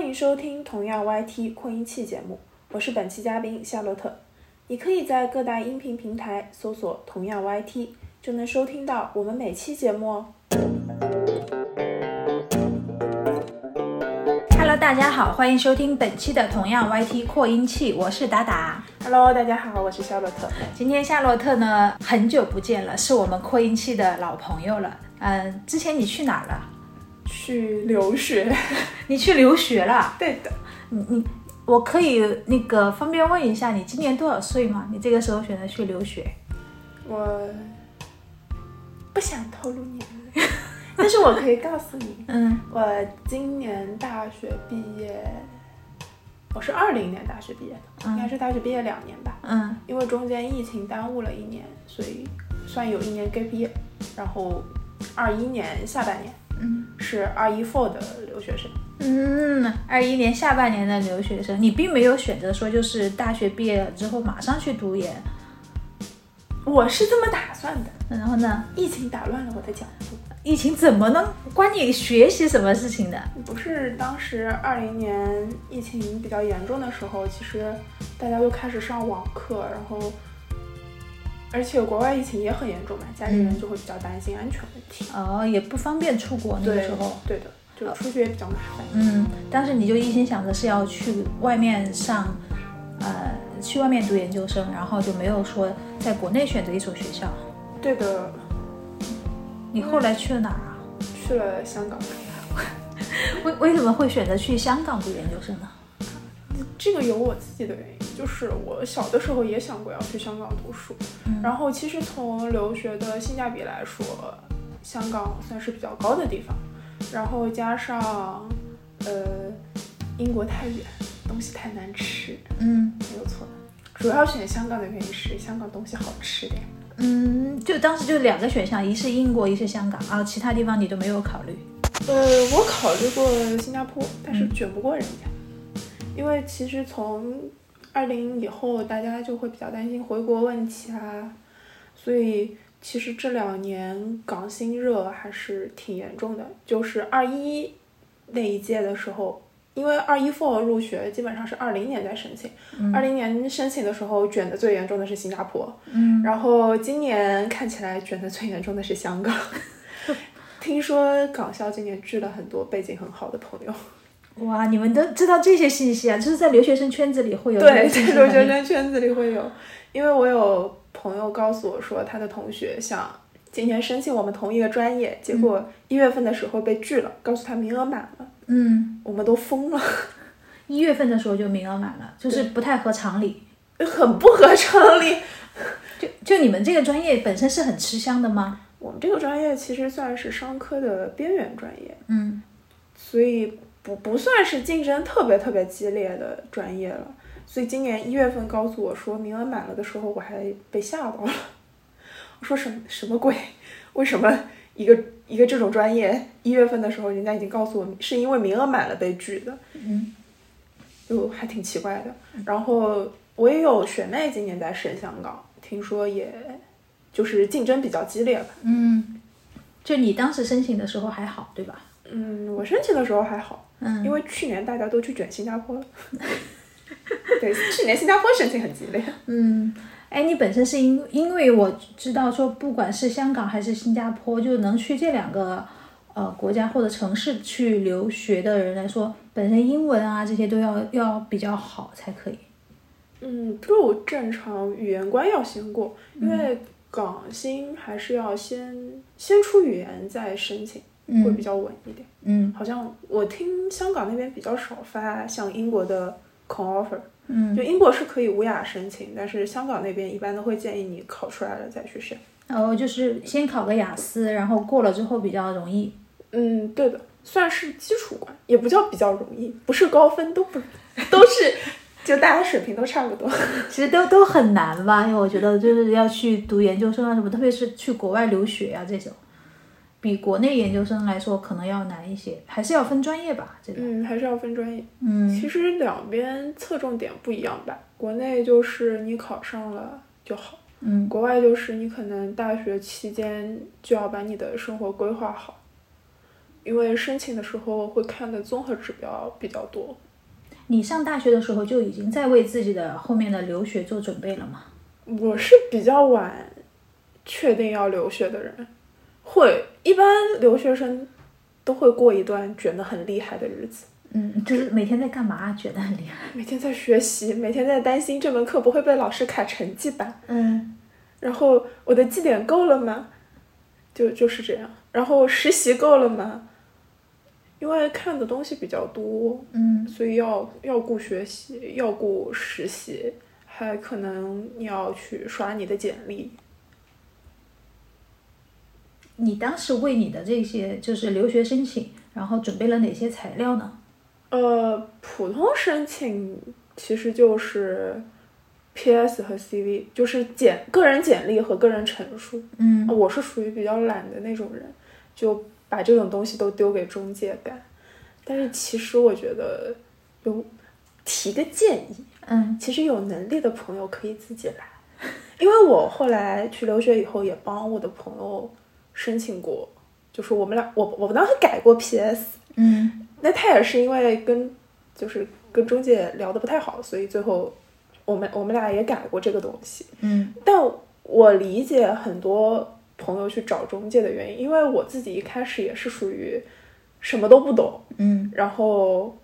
迎收听同样 YT 扩音器节目，我是本期嘉宾夏洛特。你可以在各大音频平台搜索“同样 YT”，就能收听到我们每期节目哦。 Hello，大家好，欢迎收听本期的同样 YT 扩音器，我是达达。 Hello，大家好，我是夏洛特。今天夏洛特呢，很久不见了，是我们扩音器的老朋友了。嗯，之前你去哪儿了？去留学，你去留学了？对的，你你，我可以那个方便问一下，你今年多少岁吗？你这个时候选择去留学，我不想透露年龄，但是我可以告诉你，嗯，我今年大学毕业，我是二零年大学毕业的，应该是大学毕业两年吧，嗯，因为中间疫情耽误了一年，所以算有一年 gap year。然后二一年下半年，嗯，是二一 four 的留学生，嗯，二一年下半年的留学生，你并没有选择说就是大学毕业了之后马上去读研，我是这么打算的。嗯然后呢，疫情打乱了我的脚步，疫情怎么能关你学习什么事情的？不是当时二零年疫情比较严重的时候，其实大家都开始上网课，然后。而且国外疫情也很严重嘛，家里人就会比较担心安全问题。哦，也不方便出国那个对时候。，对的，就出去也比较麻烦。嗯，当时你就一心想着是要去外面上，呃，去外面读研究生，然后就没有说在国内选择一所学校。对的，你后来去了哪儿啊？去了香港，为为什么会选择去香港读研究生呢？这个有我自己的原因，就是我小的时候也想过要去香港读书，然后其实从留学的性价比来说，香港算是比较高的地方，然后加上呃英国太远，东西太难吃，嗯没有错。主要选香港的原因是香港东西好吃点，嗯，就当时就两个选项，一是英国，一是香港，然后其他地方你都没有考虑。呃，我考虑过新加坡，但是卷不过人家，因为其实从二零以后，大家就会比较担心回国问题啊，所以其实这两年港新热还是挺严重的。就是二一那一届的时候，因为二一 four 入学基本上是二零年在申请，二零、年申请的时候卷的最严重的是新加坡，嗯，然后今年看起来卷的最严重的是香港。听说港校今年聚了很多背景很好的朋友，哇，你们都知道这些信息啊，就是在留学生圈子里会有对，这些信息在留学吗生圈子里会有，因为我有朋友告诉我说，他的同学想今年申请我们同一个专业，结果一月份的时候被拒了，告诉他名额满了，嗯，我们都疯了， 一月份的时候就名额满了，就是不太合常理。很不合常理。就就你们这个专业本身是很吃香的吗？我们这个专业其实算是商科的边缘专业，嗯，所以不不算是竞争特别特别激烈的专业了。所以今年一月份告诉我说名额满了的时候，我还被吓到了。 我说什么什么鬼？为什么一个一个这种专业一月份的时候，人家已经告诉我是因为名额满了被拒的？嗯，就还挺奇怪的。然后我也有学妹今年在申香港，听说也就是竞争比较激烈吧。嗯，就你当时申请的时候还好，对吧？嗯，我申请的时候还好，嗯因为去年大家都去卷新加坡了。对，去年新加坡申请很激烈。嗯，哎，你本身是因因为我知道说，不管是香港还是新加坡，就能去这两个呃国家或者城市去留学的人来说，本身英文啊这些都要要比较好才可以。嗯，就正常语言关要先过，因嗯为港新还是要先先出语言再申请，会比较稳一点。嗯好像我听香港那边比较少发像英国的 con offer，嗯，就英国是可以无雅申请，但是香港那边一般都会建议你考出来了再去申。然后呃就是先考个雅思，然后过了之后比较容 易。嗯，对的，算是基础关，也不叫比较容易，不是高分都不都是，就大家水平都差不多。其实都都很难吧，因为我觉得就是要去读研究生啊什么，特别是去国外留学啊这种，比国内研究生来说可能要难一些，还是要分专业吧。这种，嗯，还是要分专业。嗯其实两边侧重点不一样吧。国内就是你考上了就好，嗯国外就是你可能大学期间就要把你的生活规划好。因为申请的时候会看的综合指标比较多。你上大学的时候就已经在为自己的后面的留学做准备了吗？我是比较晚确定要留学的人，会一般留学生都会过一段卷得很厉害的日子，嗯，就是每天在干嘛？觉得很厉害。每天在学习，每天在担心这门课不会被老师卡成绩吧，嗯，然后我的绩点够了吗？就就是这样，然后实习够了吗？因为看的东西比较多，嗯，所以要要顾学习，要顾实习，还可能你要去刷你的简历。你当时为你的这些就是留学申请，然后准备了哪些材料呢？呃，普通申请其实就是 PS 和 CV，就是简个人简历和个人陈述。呃嗯我是属于比较懒的那种人，就把这种东西都丢给中介干。但是其实我觉得有提个建议，嗯其实有能力的朋友可以自己来，因为我后来去留学以后也帮我的朋友申请过，就是我们俩我我们当时改过 PS，嗯那他也是因为跟就是跟中介聊得不太好，所以最后我们我们俩也改过这个东西。嗯但我理解很多朋友去找中介的原因，因为我自己一开始也是属于什么都不懂，嗯然后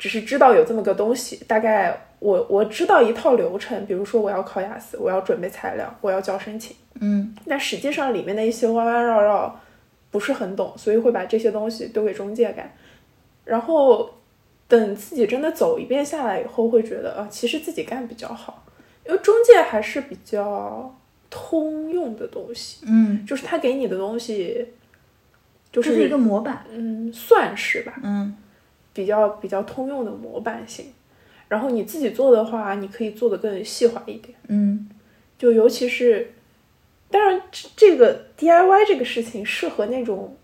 只是知道有这么个东西，大概我我知道一套流程，比如说我要考雅思，我要准备材料，我要交申请，嗯但实际上里面的一些弯弯绕绕不是很懂，所以会把这些东西丢给中介干，然后等自己真的走一遍下来以后，会觉得啊，其实自己干比较好，因为中介还是比较通用的东西，嗯，就是他给你的东西就这是一是个模板。嗯算是吧，嗯比较比较通用的模板型。然后你自己做的话，你可以做的更细化一点。嗯就尤其是，当然这这个 DIY 这个事情适合那种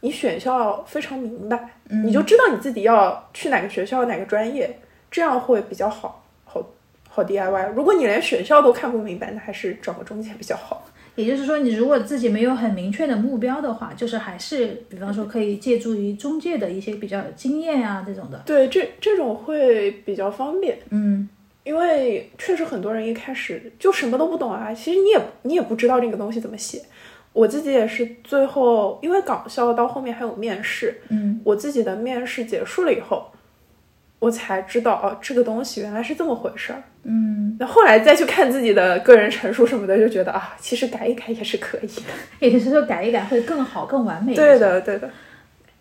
你选校非常明白，嗯你就知道你自己要去哪个学校、哪个专业，这样会比较好好好 DIY。如果你连选校都看不明白，那还是找个中介比较好。也就是说，你如果自己没有很明确的目标的话，就是还是比方说可以借助于中介的一些比较有经验啊这种的。对，这这种会比较方便。嗯因为确实很多人一开始就什么都不懂啊，其实你也你也不知道这个东西怎么写。我自己也是最后，因为港校到后面还有面试，嗯我自己的面试结束了以后，我才知道哦，这个东西原来是这么回事儿。嗯，那后来再去看自己的个人陈述什么的，就觉得啊，其实改一改也是可以的。也就是说改一改会更好、更完美。对的，对的，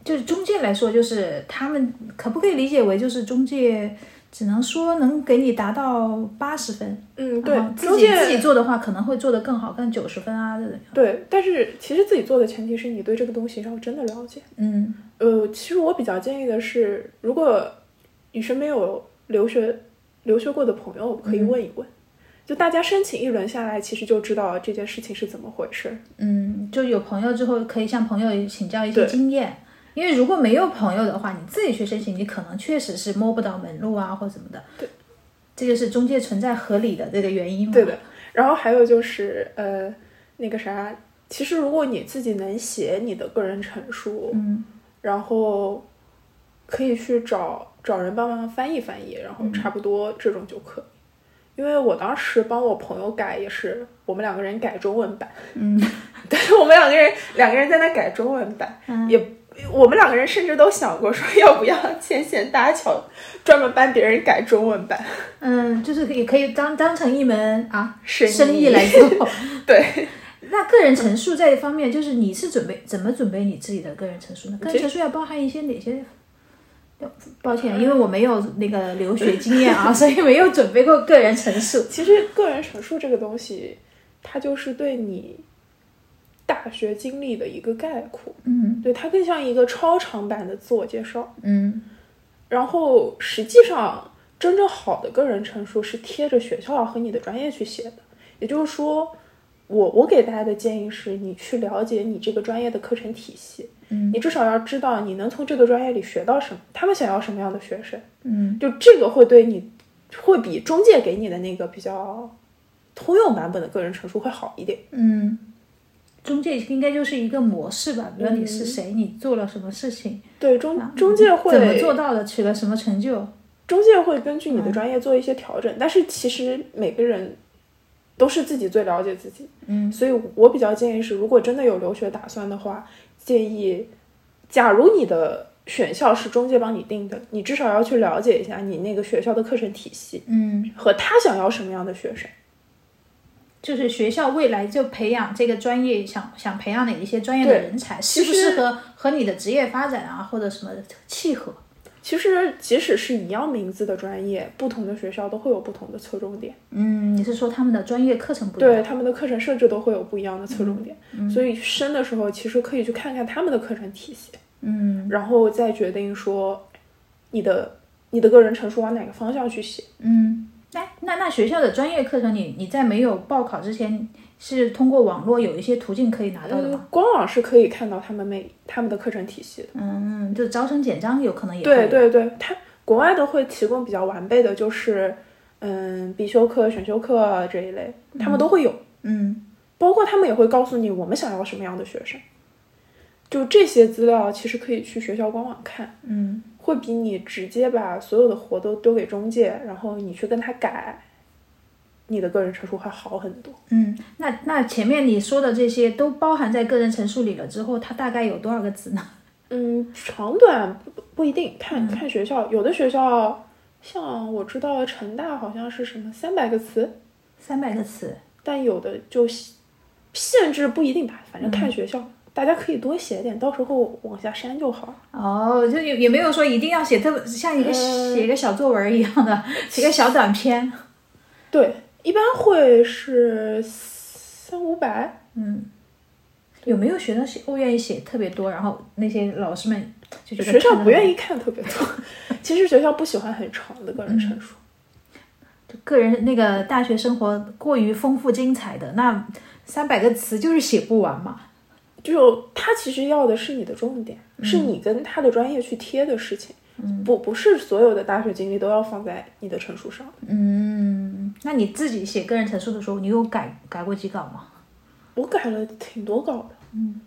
就是中介来说，就是他们可不可以理解为就是中介只能说能给你达到八十分，嗯，对然后，啊自中己介自己做的话可能会做得更好，更九十分啊这种。对，但是其实自己做的前提是你对这个东西要真的了解。嗯呃，其实我比较建议的是，如果你身边有留学留学过的朋友，可以问一问。就大家申请一轮下来，其实就知道这件事情是怎么回事。嗯，就有朋友之后可以向朋友请教一些对经验。因为如果没有朋友的话，你自己去申请，你可能确实是摸不到门路啊，或什么的。对，这就是中介存在合理的这个原因嘛。对的。然后还有就是，呃，那个啥，其实如果你自己能写你的个人陈述，嗯然后可以去找找人帮忙翻译翻译，然后嗯差不多这种就可以。因为我当时帮我朋友改，也是我们两个人改中文版。嗯， 对，我们两个人两个人在那改中文版，嗯也我们两个人甚至都想过说 要不要牵线搭桥，专门帮别人改中文版。嗯，就是也可以当当成一门啊生意生意来做。 对， 那个人陈述这一方面，就是你是准备怎么准备你自己的个人陈述呢？个人其实陈述要包含一些哪些？抱呃歉，因为我没有那个留学经验啊，所 以没有准备过个人陈述。其实个人陈述这个东西，它就是对你大学经历的一个概括，嗯对它更像一个超长版的自我介绍。嗯然后实际上，真正好的个人陈述是贴着学校和你的专业去写的。也就是说，我我给大家的建议是，你去了解你这个专业的课程体系，嗯你至少要知道你能从这个专业里学到什么，他们想要什么样的学生，嗯就这个会对你会比中介给你的那个比较通用版本的个人陈述会好一点。嗯，中介应该就是一个模式吧，比如你是谁，你做了什么事情，对中嗯中介会嗯怎么做到的，取了嗯什么成就，中介会根据你的专业做一些调整，但是其实每个人都是自己最了解自己，嗯，所以我比较建议是，如果真的有留学打算的话，建议，假如你的选校是中介帮你定的，你至少要去了解一下你那个学校的课程体系嗯，和他想要什么样的学生。就是学校未来就培养这个专业想想培养哪一些专业的人才，适不其实适合和你的职业发展啊或者什么的契合，其实，即使是一样名字的专业，不同的学校都会有不同的侧重点，嗯，你是说他们的专业课程不一样？嗯对他们的课程设置都会有不一样的侧重点。所以申的时候，其实可以去看看他们的课程体系。嗯然后再决定说你的你的个人陈述往哪个方向去写。嗯，哎，那那学校的专业课程你，你在没有报考之前是通过网络有一些途径可以拿到的吗？嗯，官网是可以看到他们每他们的课程体系的。嗯，就招生简章有可能也会对有，对对，它国外的会提供比较完备的，就是嗯必修课、选修课这一类，他们都会有。嗯包括他们也会告诉你我们想要什么样的学生，就这些资料其实可以去学校官网看。嗯会比你直接把所有的活都丢给中介，然后你去跟他改，你的个人陈述会好很多。嗯。那那前面你说的这些都包含在个人陈述里了之后，它大概有多少个字呢？嗯，长短不不一定，嗯看看学校，有的学校像我知道成大好像是什么三百个词，三百个词。但有的就限限制不一定吧，反正嗯看学校，大家可以多写点，到时候往下删就好了。哦，就也也没有说一定要写特别像一个、写一个小作文一样的， 写个小短篇。对，一般会是三五百，嗯，有没有学生写不愿意写特别多，然后那些老师们就觉得学校看得不愿很意看特别多。 其实学校不喜欢很长的个嗯人陈述。个人那个大学生活过于丰富精彩的，那三百个词就是写不完嘛。就他其实要的是你的重点，是嗯你跟他的专业去贴的事情，不不是所有的大学经历都要放在你的陈述上。嗯，那你自己写个人陈述的时候，你有改改过几稿吗？我改了挺多稿的，嗯，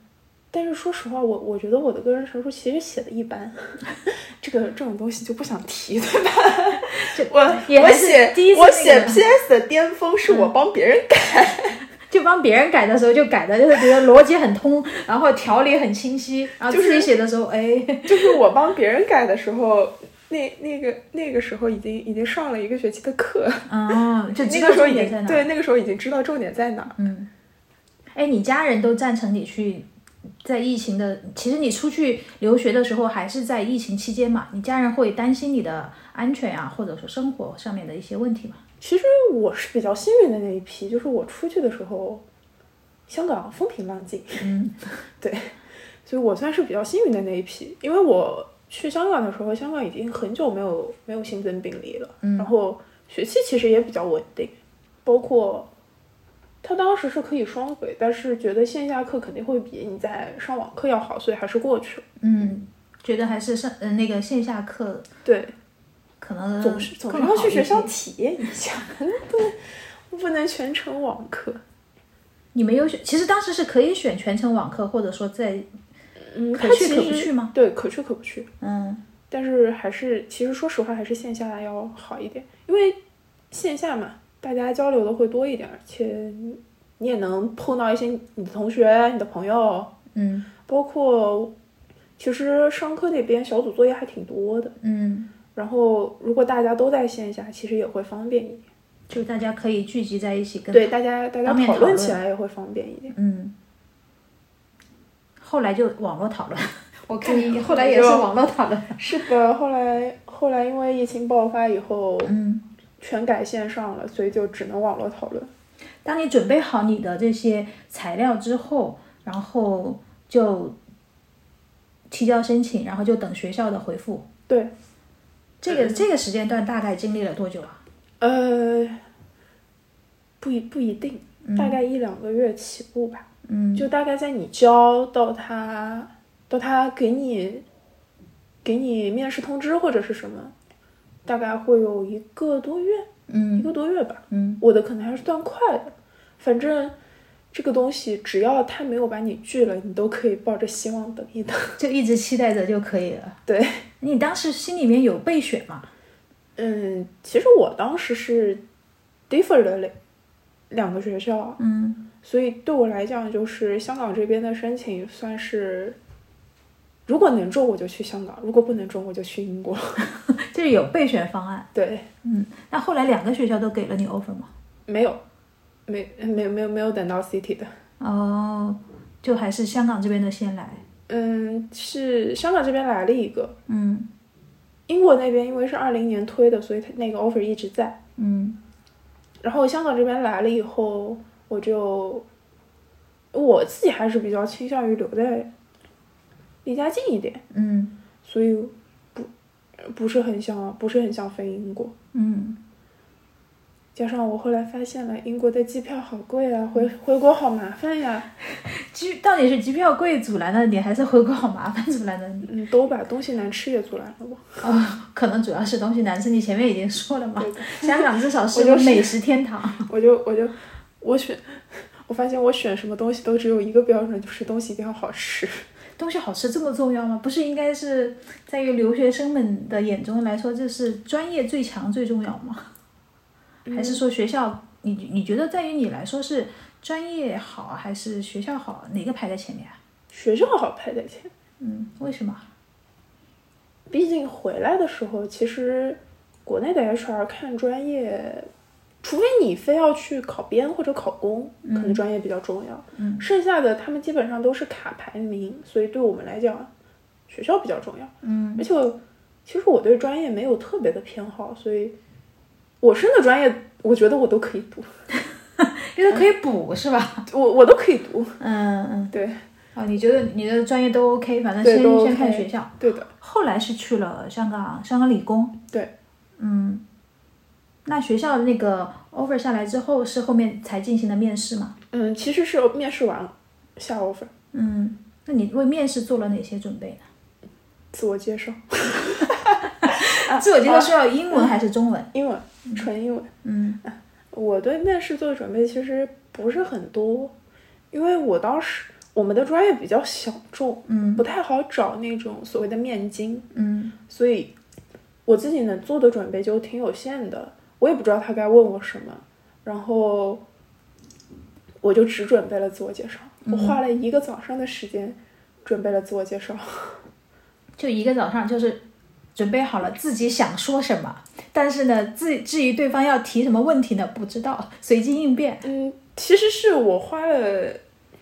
但是说实话，我我觉得我的个人陈述其实写的一般， 这个这种东西就不想提，对吧？也我我还是写第一次我那写个嗯 PS 的巅峰是我帮别人改，就帮别人改的时候就改的，就是觉得逻辑很通，然后条理很清晰，然后自己写的时候， 哎，就是我帮别人改的时候，那那个那个时候已经已经上了一个学期的课，嗯，就那知道个时候重已点在经哪。对那个时候已经知道重点在哪儿。嗯，哎，你家人都赞成你去，在疫情的，其实你出去留学的时候还是在疫情期间嘛，你家人会担心你的安全啊，或者说生活上面的一些问题嘛？其实我是比较幸运的那一批，就是我出去的时候，香港风平浪静，嗯， 对，所以我算是比较幸运的那一批，因为我去香港的时候，香港已经很久没有没有新增病例了，嗯然后学期其实也比较稳定，包括他当时是可以双轨，但是觉得线下课肯定会比你在上网课要好，所以还是过去了。嗯，觉得还是上呃那个线下课对，可能总是总是嗯更要好去一学校些体验一下， 不能不能全程网课。你没有选，其实当时是可以选全程网课，或者说在嗯，可它去其可不实去吗？对，可去可不去。嗯但是还是，其实说实话，还是线下要好一点，因为线下嘛，大家交流的会多一点，而且你也能碰到一些你的同学、啊你的朋友，嗯包括其实商科那边小组作业还挺多的。嗯，然后，如果大家都在线下，其实也会方便一点。就大家可以聚集在一起跟对，大家大家当面讨讨论论起来也会方便一点。嗯，后来就网络讨论， 我看你后来也是网络讨论，是的，后来后来因为疫情爆发以后，嗯，全改线上了，所以就只能网络讨论。当你准备好你的这些材料之后，然后就提交申请，然后就等学校的回复。对，这个这个时间段大概经历了多久啊？呃，不一不一定，大概一两个月起步吧。嗯，就大概在你交到他到他给你给你面试通知或者是什么，大概会有一个多月，一嗯个多月吧。嗯我的可能还是算快的，反正这个东西只要他没有把你拒了，你都可以抱着希望等一等。就一直期待着就可以了。对，你当时心里面有备选吗？嗯，其实我当时是 differ 了两两个学校，嗯所以对我来讲，就是香港这边的申请算是，如果能中我就去香港，如果不能中我就去英国。 就是有备选方案。对，嗯，那后来两个学校都给了你 offer 吗？没有，没没没有没有等到 City 的，哦，就还是香港这边的先来。嗯，是香港这边来了一个，嗯英国那边因为是二零年推的，所以他那个 offer 一直在。嗯然后香港这边来了以后，我就我自己还是比较倾向于留在离家近一点，嗯所以不不是很想不是很想飞英国。嗯，加上我后来发现了英国的机票好贵啊，回回国好麻烦呀、机到底是机票贵阻拦了你，还是回国好麻烦阻拦了你？嗯，都把东西难吃也阻拦了我。哦，可能主要是东西难吃，你前面已经说了嘛对。香港至少是我就是美食天堂。我就我就我选，我发现我选什么东西都只有一个标准，就是东西一定要好吃。东西好吃这么重要吗？不是应该是在于留学生们的眼中来说，这是专业最强最重要吗？还是说学校？你你觉得在于你来说是专业好还是学校好？哪个排在前面啊？学校好排在前，嗯，为什么？毕竟回来的时候，其实国内的 HR 看专业，除非你非要去考编或者考公，可能专业比较重要。嗯剩下的他们基本上都是卡排名，所以对我们来讲，学校比较重要。嗯而且我其实我对专业没有特别的偏好，所以我申的专业，我觉得我都可以读， 因为可以补是吧？我我都可以读。嗯嗯。对哦，你觉得你的专业都 OK，反正对先都先看 OK 学校。对的，后来是去了香港，香港理工。对，嗯，那学校那个 offer 下来之后，是后面才进行的面试吗？嗯，其实是面试完下 offer，嗯，那你为面试做了哪些准备呢？自我介绍，自我介绍是要英文还是中文？英文，纯英文。嗯我对面试做的准备其实不是很多，因为我当时我们的专业比较小众，嗯不太好找那种所谓的面经，嗯所以我自己能做的准备就挺有限的，我也不知道他该问我什么，然后我就只准备了自我介绍，我花了一个早上的时间准备了自我介绍，就一个早上就是准备好了自己想说什么，但是呢，至至于对方要提什么问题呢，不知道，随机应变。嗯，其实是我花了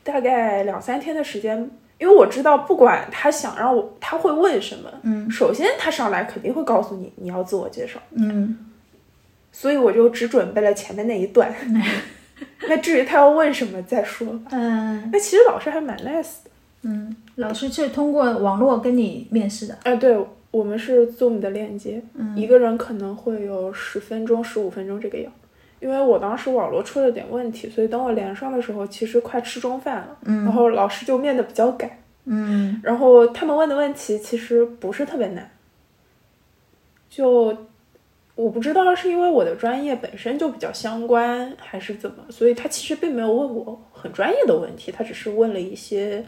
大概两三天的时间，因为我知道不管他想让我他会问什么，嗯首先他上来肯定会告诉你你要自我介绍，嗯所以我就只准备了前面那一段。那至于他要问什么再说吧。嗯那其实老师还蛮 nice 的，嗯，老师是通过网络跟你面试的。哎、对我们是 Zoom 的链接，嗯一个人可能会有十分钟、十五分钟这个样。因为我当时网络出了点问题，所以等我连上的时候，其实快吃中饭了。然后老师就面的比较赶，嗯然后他们问的问题其实不是特别难，就我不知道是因为我的专业本身就比较相关，还是怎么，所以他其实并没有问我很专业的问题，他只是问了一些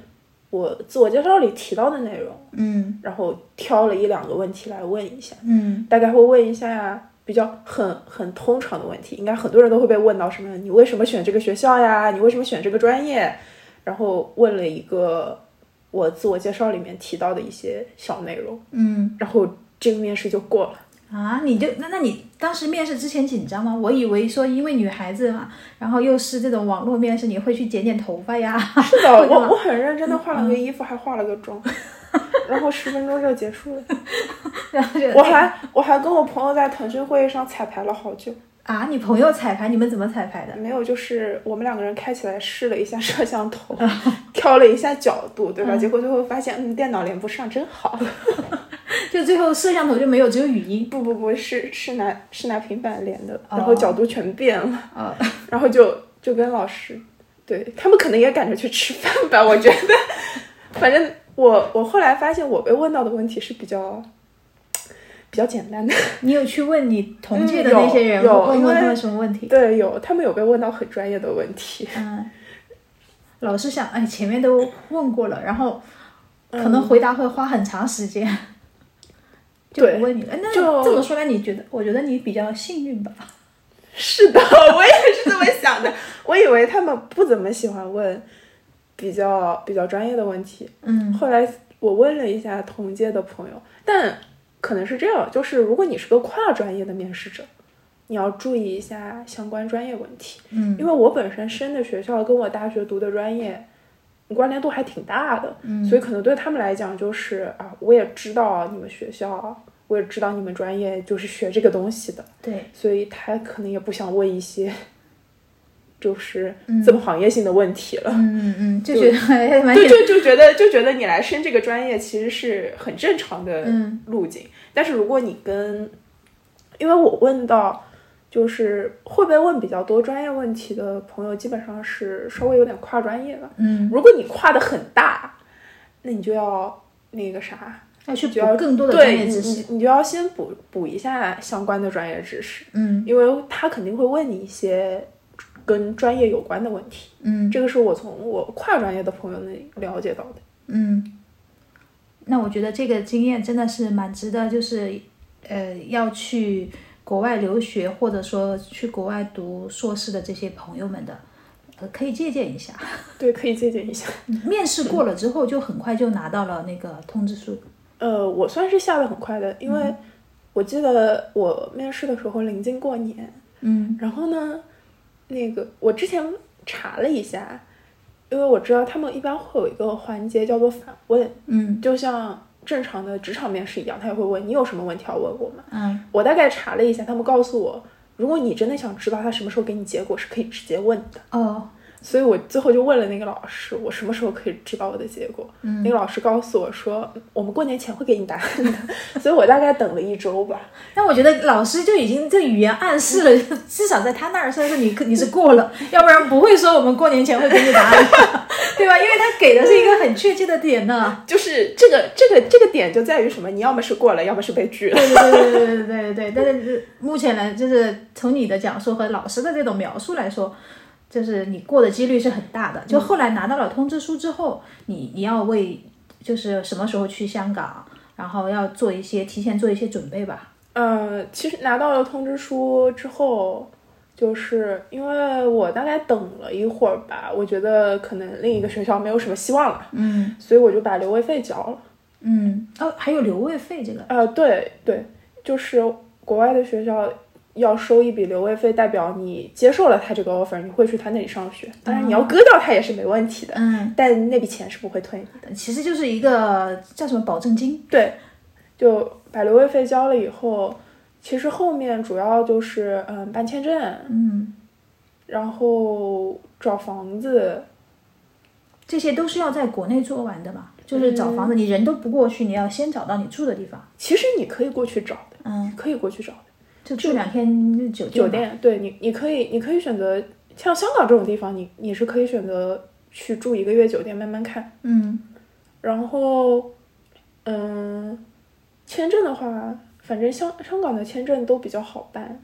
我自我介绍里提到的内容，嗯然后挑了一两个问题来问一下，嗯大概会问一下比较很很通常的问题，应该很多人都会被问到什么，你为什么选这个学校呀？你为什么选这个专业？然后问了一个我自我介绍里面提到的一些小内容，嗯然后这个面试就过了。啊，你就那那你当时面试之前紧张吗？我以为说因为女孩子嘛，然后又是这种网络面试，你会去剪剪头发呀。 是的，我我很认真的化了个衣服，还化了个妆，然后十分钟就结束了。然后就我还我还跟我朋友在腾讯会议上彩排了好久，啊，你朋友彩排，你们怎么彩排的？没有，就是我们两个人开起来试了一下摄像头，嗯 挑了一下角度，对吧？结果最后发现，嗯，电脑连不上，真好。就最后摄像头就没有，只有语音。不不不是是拿是拿平板连的，哦然后角度全变了，啊、 然后就就跟老师，对他们可能也赶着去吃饭吧，我觉得。反正我我后来发现，我被问到的问题是比较比较简单的，你有去问你同届的嗯有那些人，有问因问为他们什么问题？对，有他们有被问到很专业的问题，嗯老是想，哎，前面都问过了，然后可能回答会花很长时间，就对不问你了。哎那就这么说来，你觉得？我觉得你比较幸运吧。是的， 我也是这么想的。我以为他们不怎么喜欢问比较比较专业的问题，嗯后来我问了一下同届的朋友，但可能是这样，就是如果你是个跨专业的面试者，你要注意一下相关专业问题，嗯因为我本身申的学校跟我大学读的专业关联度还挺大的，嗯所以可能对他们来讲就是啊，我也知道你们学校，我也知道你们专业就是学这个东西的，对，所以他可能也不想问一 些就是嗯这么行业性的问题了。嗯嗯，就觉得还蛮对，就就觉得就觉得你来申这个专业其实是很正常的嗯路径，但是如果你跟，因为我问到就是会被问比较多专业问题的朋友，基本上是稍微有点跨专业了。嗯，如果你跨的很大，那你就要那个啥，要去补就要更多的专对业你知识。你你就要先补补一下相关的专业知识，嗯因为他肯定会问你一些跟专业有关的问题。嗯这个是我从我跨专业的朋友那里了解到的。嗯，那我觉得这个经验真的是蛮值得，就是呃，要去国外留学或者说去国外读硕士的这些朋友们的，呃，可以借鉴一下。对，可以借鉴一下。嗯面试过了之后，就很快就拿到了那个通知书。呃，我算是下的很快的，因嗯为我记得我面试的时候临近过年，嗯然后呢，那个我之前查了一下，因为我知道他们一般会有一个环节叫做反问，嗯就像正常的职场面试一样，他也会问你有什么问题要问我吗？嗯我大概查了一下，他们告诉我，如果你真的想知道他什么时候给你结果，是可以直接问的。哦所以我最后就问了那个老师，我什么时候可以知道我的结果？嗯那个老师告诉我说，我们过年前会给你答 案的。所以我大概等了一周吧。但我觉得老师就已经这语言暗示了， 至少在他那儿，算是你你是过了， 要不然不会说我们过年前会给你答案， 对吧？因为他给的是一个很确切的点呢。就是这个这个这个点就在于什么？你要么是过了，要么是被拒了。对对对对对对对。但是目前来，就是从你的讲述和老师的这种描述来说，就是你过的几率是很大的。就后来拿到了通知书之后，你你要为就是什么时候去香港，然后要做一些提前做一些准备吧。嗯，其实拿到了通知书之后，就是因为我大概等了一会儿吧，我觉得可能另一个学校没有什么希望了，嗯所以我就把留位费交了。嗯，哦，还有留位费这个，呃，对对，就是国外的学校要收一笔留位费，代表你接受了他这个 offer，你会去他那里上学。当然，你要割掉他也是没问题的，嗯，但那笔钱是不会退你的。其实就是一个叫什么保证金。对，就把留位费交了以后，其实后面主要就是嗯办签证，嗯，然后找房子。这些都是要在国内做完的嘛，就是找房子，你人都不过去，你要先找到你住的地方。其实你可以过去找的，嗯，可以过去找的。就住两天酒店。酒。店，对你，你可以，你可以选择像香港这种地方，你你是可以选择去住一个月酒店慢慢看。嗯然后，嗯，签证的话，反正香香港的签证都比较好办，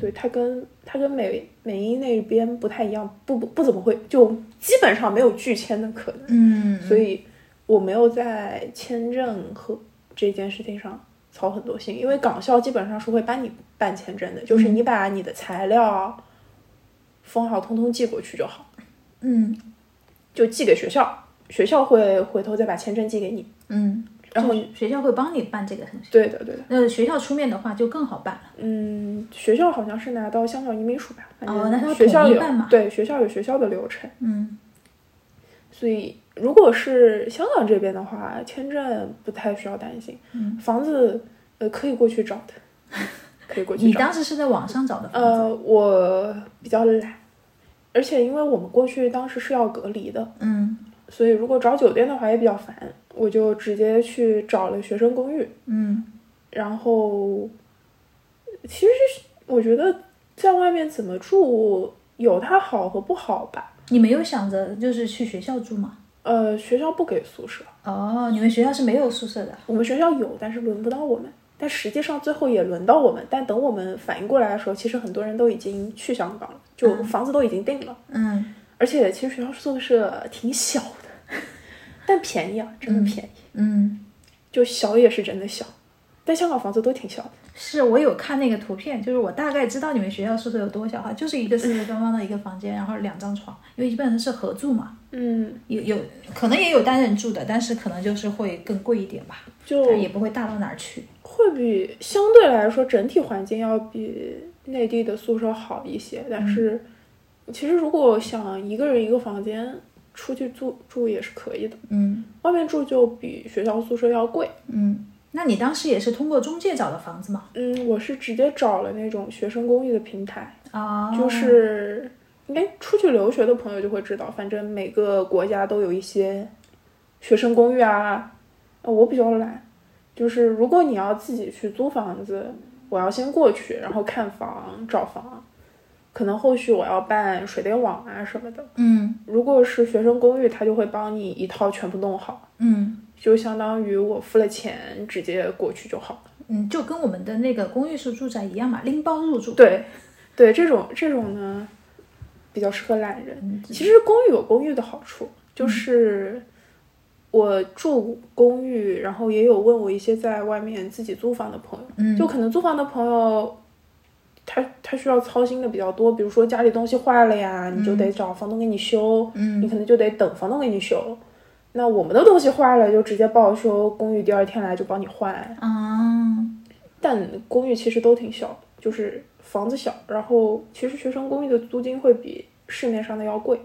对它跟它跟美美英那边不太一样，不不不怎么会，就基本上没有拒签的可能，嗯，所以我没有在签证和这件事情上操很多心，因为港校基本上是会帮你办签证的，就是嗯你把你的材料封好，通通寄过去就好，嗯就寄给学校，学校会回头再把签证寄给你。嗯，然后就是学校会帮你办这个东西。对的，对的，那学校出面的话就更好办了。嗯，学校好像是拿到香港移民署吧，反哦那它正学校统一有、办嘛对学校有学校的流程，嗯所以如果是香港这边的话，签证不太需要担心，嗯，房子呃可以过去找的， 可以过去你找。当时是在网上找的房子。呃，我比较懒，呃而且因为我们过去当时是要隔离的，嗯所以如果找酒店的话也比较烦，我就直接去找了学生公寓，嗯然后，其实是我觉得在外面怎么住有它好和不好吧。你没有想着就是去学校住吗？呃，学校不给宿舍，哦，你们学校是没有宿舍的。我们学校有，但是轮不到我们。但实际上最后也轮到我们，但等我们反应过来的时候，其实很多人都已经去香港了，就房子都已经定了。嗯而且其实学校宿舍挺小的，但便宜啊，真的便宜。嗯，就小也是真的小，但香港房子都挺小的。是我有看那个图片，就是我大概知道你们学校宿舍有多小哈，就是一个四四方方的一个房间，然后两张床，因为一般人是合住嘛，嗯，有有可能也有单人住的，但是可能就是会更贵一点吧，就但也不会大到哪儿去。会比相对来说整体环境要比内地的宿舍好一些，但是其实如果想一个人一个房间出去住住也是可以的，嗯外面住就比学校宿舍要贵。嗯，那你当时也是通过中介找的房子吗？嗯，我是直接找了那种学生公寓的平台，啊、就是应该出去留学的朋友就会知道，反正每个国家都有一些学生公寓啊。呃我比较懒，就是如果你要自己去租房子，我要先过去，然后看房、找房，可能后续我要办水电网啊什么的。嗯如果是学生公寓，他就会帮你一套全部弄好，嗯就相当于我付了钱直接过去就好了。嗯，就跟我们的那个公寓式住宅一样嘛，拎包入住。对，对，这种这种呢，比较适合懒人。嗯其实公寓有公寓的好处，就是我住公寓，然后也有问我一些在外面自己租房的朋友，嗯就可能租房的朋友，他他需要操心的比较多，比如说家里东西坏了呀，你就得找房东给你修，你嗯可能就得等房东给你修。那我们的东西坏了就直接报修，公寓第二天来就帮你换。啊但公寓其实都挺小的，就是房子小，然后其实学生公寓的租金会比市面上的要贵。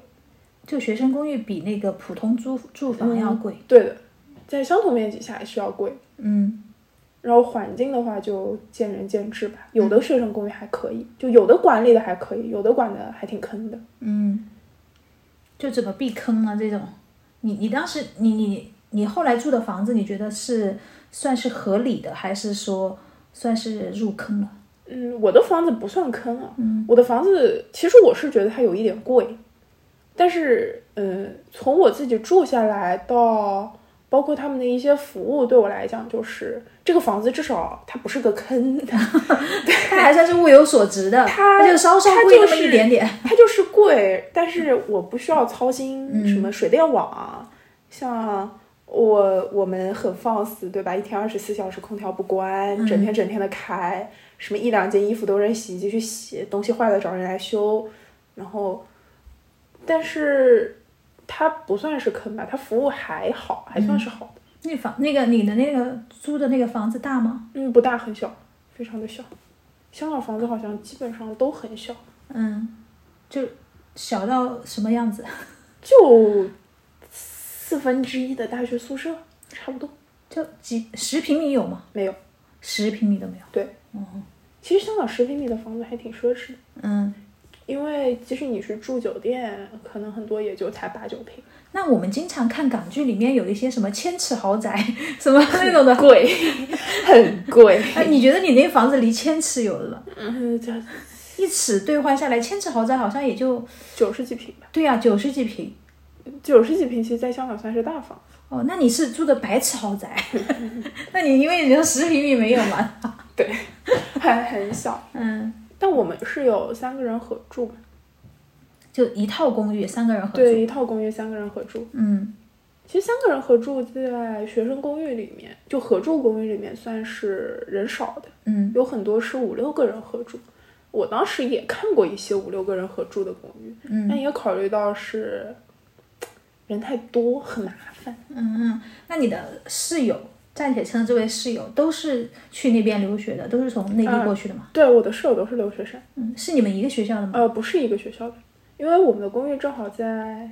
就学生公寓比那个普通租住房要贵。对的，在相同面积下也是要贵。嗯然后环境的话就见仁见智吧，有的学生公寓还可以，就有的管理的还可以，有的管的还挺坑的。嗯，就怎么避坑啊？这种，你你当时你你你后来住的房子，你觉得是算是合理的，还是说算是入坑 了？嗯，我的房子不算坑啊，我的房子其实我是觉得它有一点贵，但是嗯，从我自己住下来到包括他们的一些服务，对我来讲就是这个房子至少它不是个坑，它还算是物有所值的，它就稍稍它贵就那么是一点点。它就是贵，但是我不需要操心什么水电网啊，像我我们很放肆，对吧？一天二十四小时空调不关，整天整天的开，什么一两件衣服都扔洗衣机去洗，东西坏了找人来修，然后，但是它不算是坑吧，它服务还好，还算是好的，那房那个你的那个租的那个房子大吗？嗯，不大很小，非常的小。香港房子好像基本上都很小，嗯，就小到什么样子？就四分之一的大学宿舍差不多。就几十平米有吗？没有，十平米都没有。对，其实香港十平米的房子还挺奢侈的，嗯，因为即使你是住酒店，可能很多也就才八九平，那我们经常看港剧里面有一些什么千尺豪宅 什么那种的，贵，很 贵。哎，你觉得你那房子离千尺有了吗？嗯，这一尺兑换下来，千尺豪宅好像也就九十几平吧，对呀、啊九十几平。九十几平其实在香港算是大房。哦，那你是住的白尺豪宅？ 那你因为你说十平米没有嘛？对，还很小，嗯，但我们是有三个人合住嘛，就一套公寓，三个人合住。对，一套公寓三个人合住。嗯其实三个人合住在学生公寓里面，就合住公寓里面算是人少的，嗯有很多是五六个人合住。我当时也看过一些五六个人合住的公寓，但嗯也考虑到是人太多很麻烦。嗯嗯，那你的室友暂且称之为室友，都是去那边留学的，都是从内地过去的嘛？对，我的室友都是留学生，嗯，是你们一个学校的吗？呃，不是一个学校的，因为我们的公寓正好在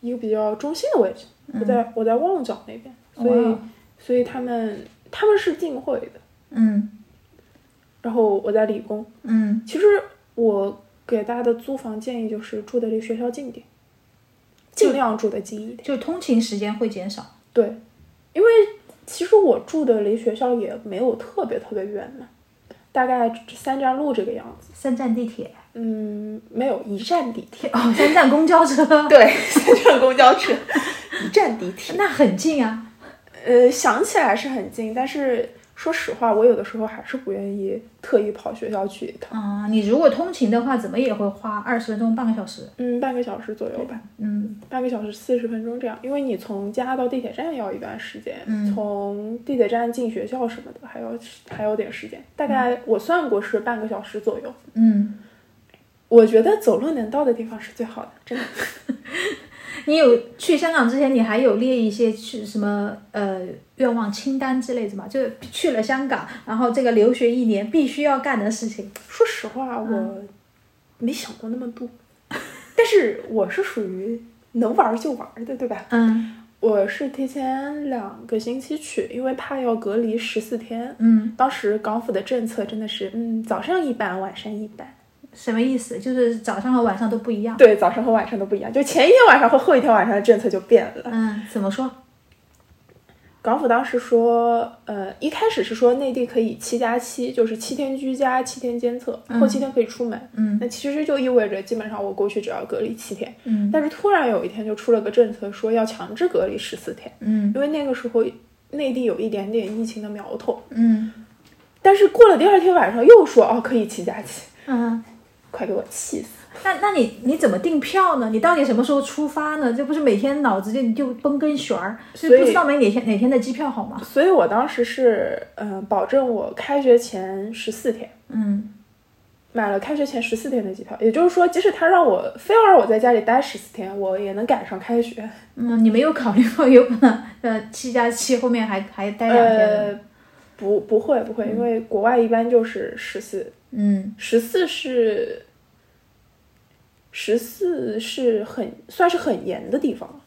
一个比较中心的位置，我在我在旺角那边，所以、哇所以他们他们是浸会的，嗯然后我在理工。嗯，其实我给大家的租房建议就是住的离学校近一点，尽量住的近一点。就通勤时间会减少。对，因为其实我住的离学校也没有特别特别远嘛，大概三站路这个样子。三站地铁， 嗯，没有一站地铁，哦，三站公交车， 对，三站公交车， 一站地铁。那很近啊。呃，想起来是很近，但是说实话，我有的时候还是不愿意特意跑学校去一趟，啊、你如果通勤的话，怎么也会花二十分钟、半个小时。嗯，半个小时左右吧，嗯半个小时四十分钟这样，因为你从家到地铁站要一段时间，嗯从地铁站进学校什么的还要还有点时间，大概我算过是半个小时左右。嗯，我觉得走路能到的地方是最好的，真的。你有去香港之前，你还有列一些去什么呃愿望清单之类的吗？就是去了香港，然后这个留学一年必须要干的事情。说实话，我没想过那么多，但是我是属于能玩儿就玩儿的，对吧？嗯我是提前两个星期去，因为怕要隔离十四天。嗯，当时港府的政策真的是，嗯，早上一班，晚上一班。什么意思？就是早上和晚上都不一样。对，早上和晚上都不一样，就前一天晚上和后一天晚上的政策就变了。嗯，怎么说？港府当时说，呃，一开始是说内地可以七加七，就是七天居家，七天监测，后七天可以出门。嗯那其实就意味着基本上我过去只要隔离七天。嗯但是突然有一天就出了个政策，说要强制隔离十四天，嗯因为那个时候内地有一点点疫情的苗头。嗯但是过了第二天晚上又说，哦，可以七加七，嗯，快给我气死！那那你你怎么订票呢？你到底什么时候出发呢？这不是每天脑子就就崩根弦儿，所以所以不知道买哪天哪天的机票好吗？所以我当时是，嗯、保证我开学前十四天。嗯买了开学前十四天的机票，也就是说，即使他让我非要让我在家里待十四天，我也能赶上开学。嗯，你没有考虑过有可能呃七加七后面还还待两天呢？呃，不，不会，不会，因为国外一般就是十四，嗯十四是十四是很算是很严的地方。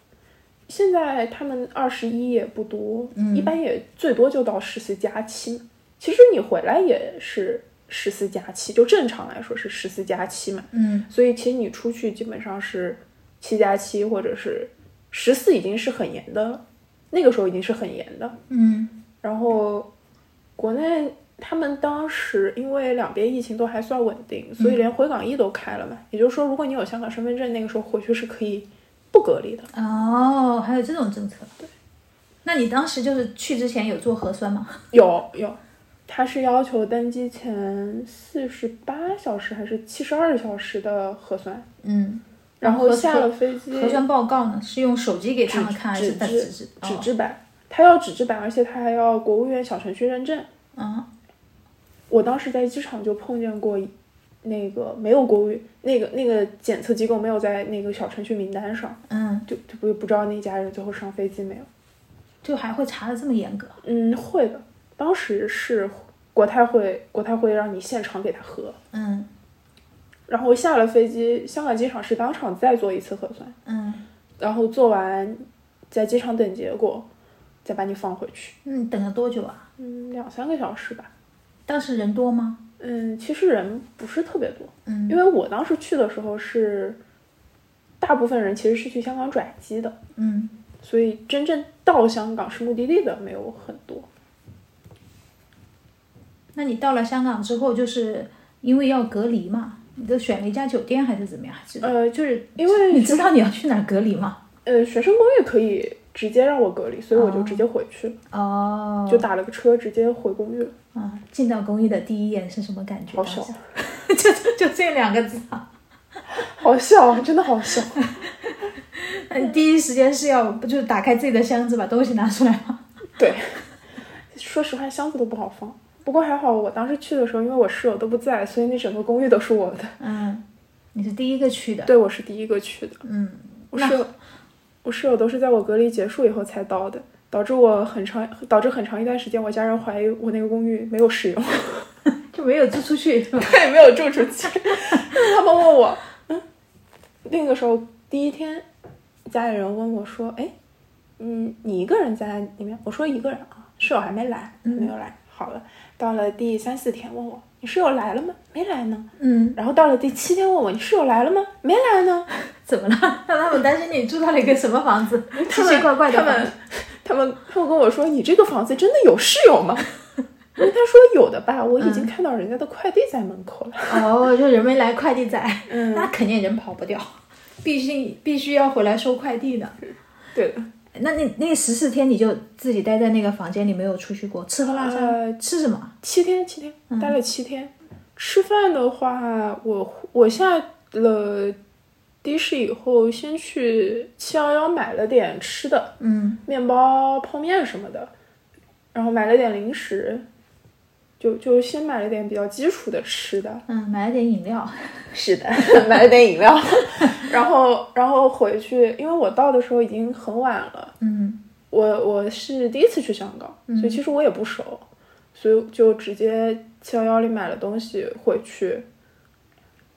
现在他们二十一也不多，嗯一般也最多就到十四加七。其实你回来也是十四加七，就正常来说是十四加七嘛。嗯所以其实你出去基本上是七加七或者是十四，已经是很严的了，那个时候已经是很严的。嗯然后国内他们当时因为两边疫情都还算稳定，所以连回港易都开了嘛。也就是说，如果你有香港身份证，那个时候回去是可以不隔离的。哦，还有这种政策。那你当时就是去之前有做核酸吗？有有，他是要求登机前四十八小时还是七十二小时的核酸，嗯，然后核下了飞机核酸报告呢？是用手机给他们看还纸是在质纸质？纸哦质版，它要纸质版，而且它还要国务院小程序认证。啊我当时在机场就碰见过一，那个没有国务院那个那个检测机构没有在那个小程序名单上，嗯，就就不不知道那家人最后上飞机没有。就还会查的这么严格？嗯，会的，当时是国泰会国泰会让你现场给他核，嗯然后下了飞机，香港机场是当场再做一次核酸，嗯然后做完在机场等结果，再把你放回去。嗯，等了多久啊？嗯，两三个小时吧。当时人多吗？嗯，其实人不是特别多，嗯因为我当时去的时候是，大部分人其实是去香港转机的，嗯所以真正到香港是目的地的没有很多。那你到了香港之后，就是因为要隔离嘛，你都选了一家酒店还是怎么样？还是呃，就是因为你知道你要去哪儿隔离吗？呃，学生公寓可以直接让我隔离，所以我就直接回去了，哦，就打了个车直接回公寓了。啊，进到公寓的第一眼是什么感觉？好小， 就就就这两个字 啊。好小啊，真的好小。那你第一时间是要不就打开自己的箱子把东西拿出来吗？对， 说实话，箱子都不好放。不过还好，我当时去的时候，因为我室友都不在，所以那整个公寓都是我的。嗯，你是第一个去的。对，我是第一个去的。嗯，我室友，我室友都是在我隔离结束以后才到的，导致我很长，导致很长一段时间，我家人怀疑我那个公寓没有室友，就没有租出去是吧？ 他也没有住出去。 他们问我，嗯，那个时候第一天，家里人问我说，哎，嗯，你一个人在里面？我说一个人啊，室友还没来，没有来。好了，到了第三四天问我，你室友来了吗？没来呢。嗯，然后到了第七天问我，你室友来了吗？没来呢。怎么了？ 让他们担心你住到了一个什么 房子，奇奇怪怪的他房们子。他们他们跟我说：“你这个房子真的有室友吗？” 我跟他说：“有的嗯吧，我已经看到人家的快递在门口了。哦，就人没来，快递在，嗯那肯定人跑不掉，必须必须要回来收快递的。对的，那那那十四天你就自己待在那个房间里没有出去过，吃喝拉撒、嗯呃吃什么？七天，七天，待了七天。吃饭的话，我我下了的士以后，先去七幺幺买了点吃的，嗯，面包、泡面什么的，然后买了点零食，就就先买了点比较基础的吃的，嗯，买了点饮料， 是的，买了点饮料，然后然后回去，因为我到的时候已经很晚了，嗯我我是第一次去香港，所以其实我也不熟，所以就直接七幺幺里买了东西回去。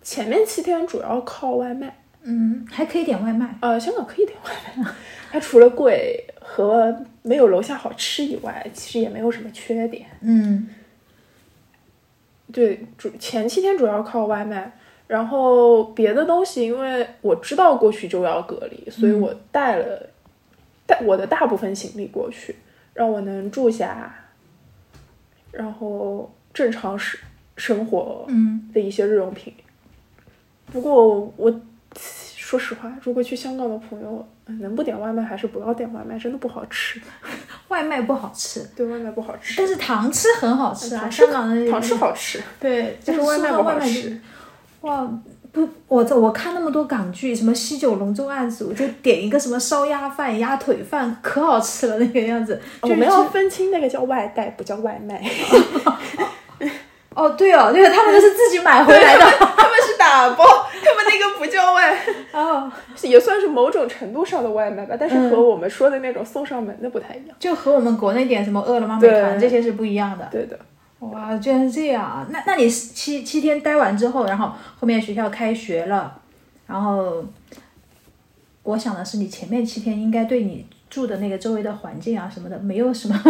前面七天主要靠外卖，嗯，还可以点外卖。呃，香港可以点外卖，它除了贵和没有楼下好吃以外，其实也没有什么缺点。嗯对，主前七天主要靠外卖，然后别的东西，因为我知道过去就要隔离，嗯所以我带了带我的大部分行李过去，让我能住下，然后正常生生活嗯的一些日用品。如果我说实话，如果去香港的朋友嗯能不点外卖还是不要点外卖，真的不好吃，外卖不好吃，对外卖不好吃。但是糖吃很好吃呃啊，糖香港的好吃好吃，对，但是外卖不说到好外卖吃就。哇，不，我这我看那么多港剧，什么《西九龙重案组》，就点一个什么烧鸭饭、鸭腿饭，可好吃了那个样子。哦我就是们要分清那个叫外带，不叫外卖。 哦，对哦，对，他们都是自己买回来的。他们是打包，他们那个不叫外，哦，也算是某种程度上的外卖吧，但是和嗯我们说的那种送上门的不太一样。就和我们国内点什么饿了么、美团对这些是不一样的。对的，哇，居然是这样啊！那那你七七天待完之后，然后后面学校开学了，然后我想的是，你前面七天应该对你住的那个周围的环境啊什么的，没有什么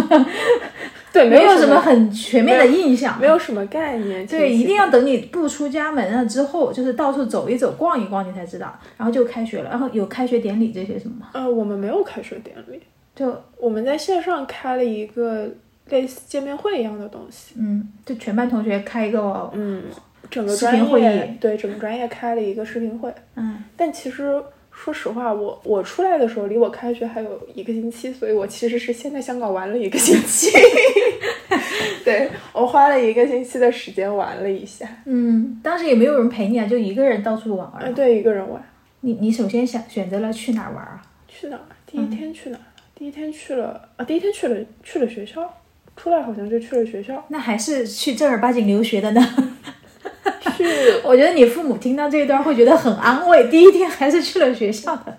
对，没有有什么么，很全面的印象。没有什么概念。对，其实一定要等你步出家门了之后，就是到处走一走、逛一逛，你才知道。然后就开学了，然后有开学典礼这些什么吗？呃，我们没有开学典礼，就我们在线上开了一个类似见面会一样的东西。嗯，就全班同学开一个，嗯，整个视专频业会议对整个专业开了一个视频会，嗯但其实。说实话，我我出来的时候离我开学还有一个星期，所以我其实是先在香港玩了一个星期。 对我花了一个星期的时间玩了一下，嗯，当时也没有人陪你啊，就一个人到处玩啊，儿。对，一个人玩。你你首先想选择了去哪儿玩啊？，去哪儿？第一天去哪儿了？第一天去了啊，第一天去了去了学校，出来好像就去了学校 那还是去正儿八经留学的呢？ 去我觉得你父母听到这一段会觉得很安慰，第一天还是去了学校的。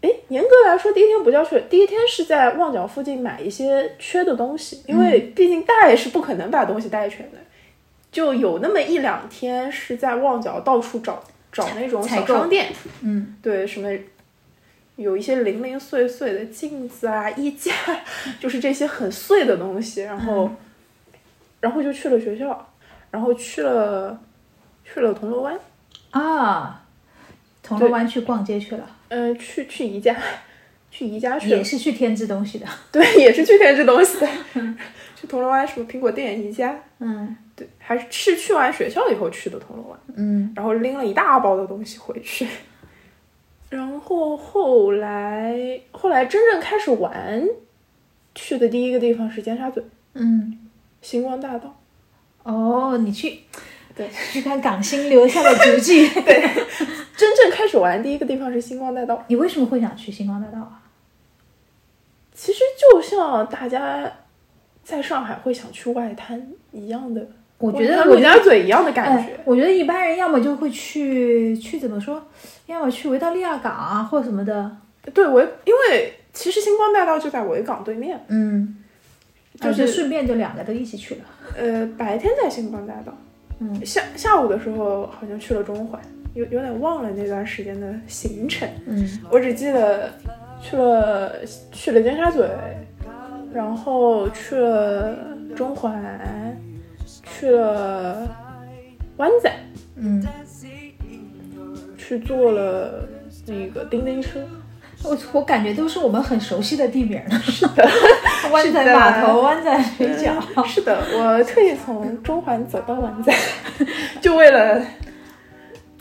哎，严格来说，第一天不叫去，第一天是在旺角附近买一些缺的东西，因为毕竟带是不可能把东西带全的，就有那么一两天是在旺角到处找找那种采小购商店，嗯，对，什么有一些零零碎碎的镜子啊、衣架， 就是这些很碎的东西，然后、然后就去了学校，然后去了去了铜锣湾，啊，铜锣湾去逛街去了，嗯、去去宜家，去宜家去了也是去添置东西的。 对，也是去添置东西的，去铜锣湾什么苹果店、宜家，嗯对，还是是去完学校以后去的铜锣湾，嗯然后拎了一大包的东西回去，然后后来后来真正开始玩，去的第一个地方是尖沙咀嗯。星光大道，哦，你去对去看港星留下的足迹。 真正开始玩第一个地方是星光大道，你为什么会想去星光大道啊？其实就像大家在上海会想去外滩一样的，我觉外滩得陆我家嘴一样的感觉哎。，我觉得一般人要么就会去去怎么说，要么去维多利亚港啊或什么的。对，我因为其实星光大道就在维港对面，嗯，就就是是顺便就两个都一起去了。呃，白天在星光大道，嗯，下下午的时候好像去了中环，有有点忘了那段时间的行程，嗯我只记得去了去了尖沙咀，然后去了中环，去了湾仔，嗯，去坐了那个叮叮车，我我感觉都是我们很熟悉的地名了。是 的，湾是的仔码头、湾仔水角。是的，我特意从中环走到 湾仔，就为了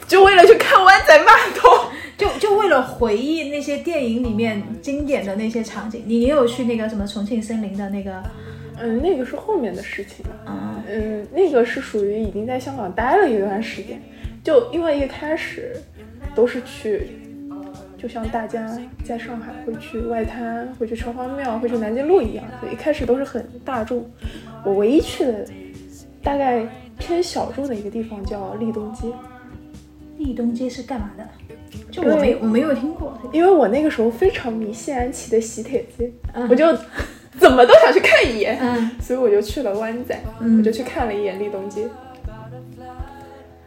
就为了去看湾仔码头。就就为了回忆那些电影里面经典的那些场景。你也有去那个什么重庆森林的那个，嗯，那个是后面的事情了。嗯嗯，那个是属于已经在香港待了一段时间，就因为一开始都是去，就像大家在上海会去外滩、会去城隍庙、会去南京路一样，所以一开始都是很大众。我唯一去的大概偏小众的一个地方叫立东街，立冬街是干嘛的？就我没对我没有听过，因为我那个时候非常迷谢安琪的喜帖街，嗯我就怎么都想去看一眼，嗯所以我就去了湾仔，嗯我就去看了一眼立东街。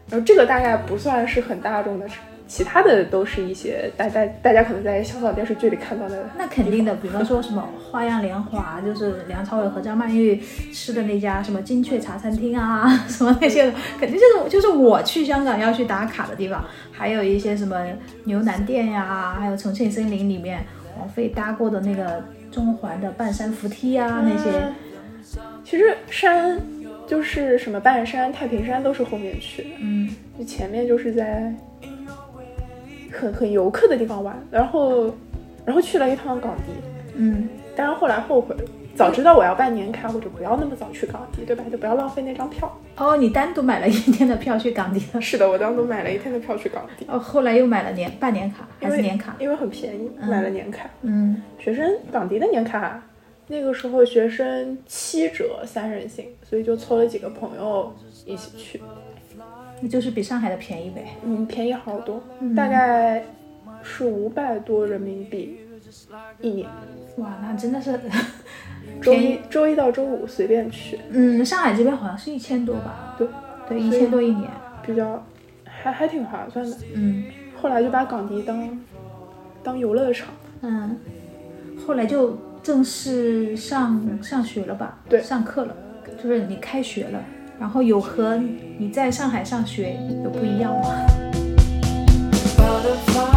然后这个大概不算是很大众的，其他的都是一些大家大家可能在香港电视剧里看到的。那肯定的，比方说什么《花 样年华》，就是梁朝伟和张曼玉吃的那家什么金雀茶餐厅啊， 什么那些的，肯定就是就是我去香港要去打卡的地方。还有一些什么牛腩店呀、还有重庆森林里面王菲搭过的那个中环的半山扶梯呀、那些嗯。其实山就是什么半山、太平山都是后面去的，嗯就前面就是在很很游客的地方玩，然后然后去了一趟港迪，嗯，但是后来后悔了，早知道我要办年卡，我就不要那么早去港迪，对吧？就不要浪费那张票。哦，你单独买了一天的票去港迪了，是的，我当初买了一天的票去港迪，哦，后来又买了年半年卡还因是为年卡？因为很便宜，嗯买了年卡。嗯，学生港迪的年卡，那个时候学生七折三人行，所以就凑了几个朋友一起去，那就是比上海的便宜呗。嗯，便宜好多，嗯大概是五百多人民币一年，哇，那真 的是。周便一宜周一到周五随便去，嗯，上海这边好像是一千多吧？对，对，一所以千多一年。比较还还挺划算的。嗯后来就把港迪当当游乐场。嗯，后来就正式上上学了吧？对上课了，就是你开学了，然后有和你在上海上学有不一样吗？ Butterfly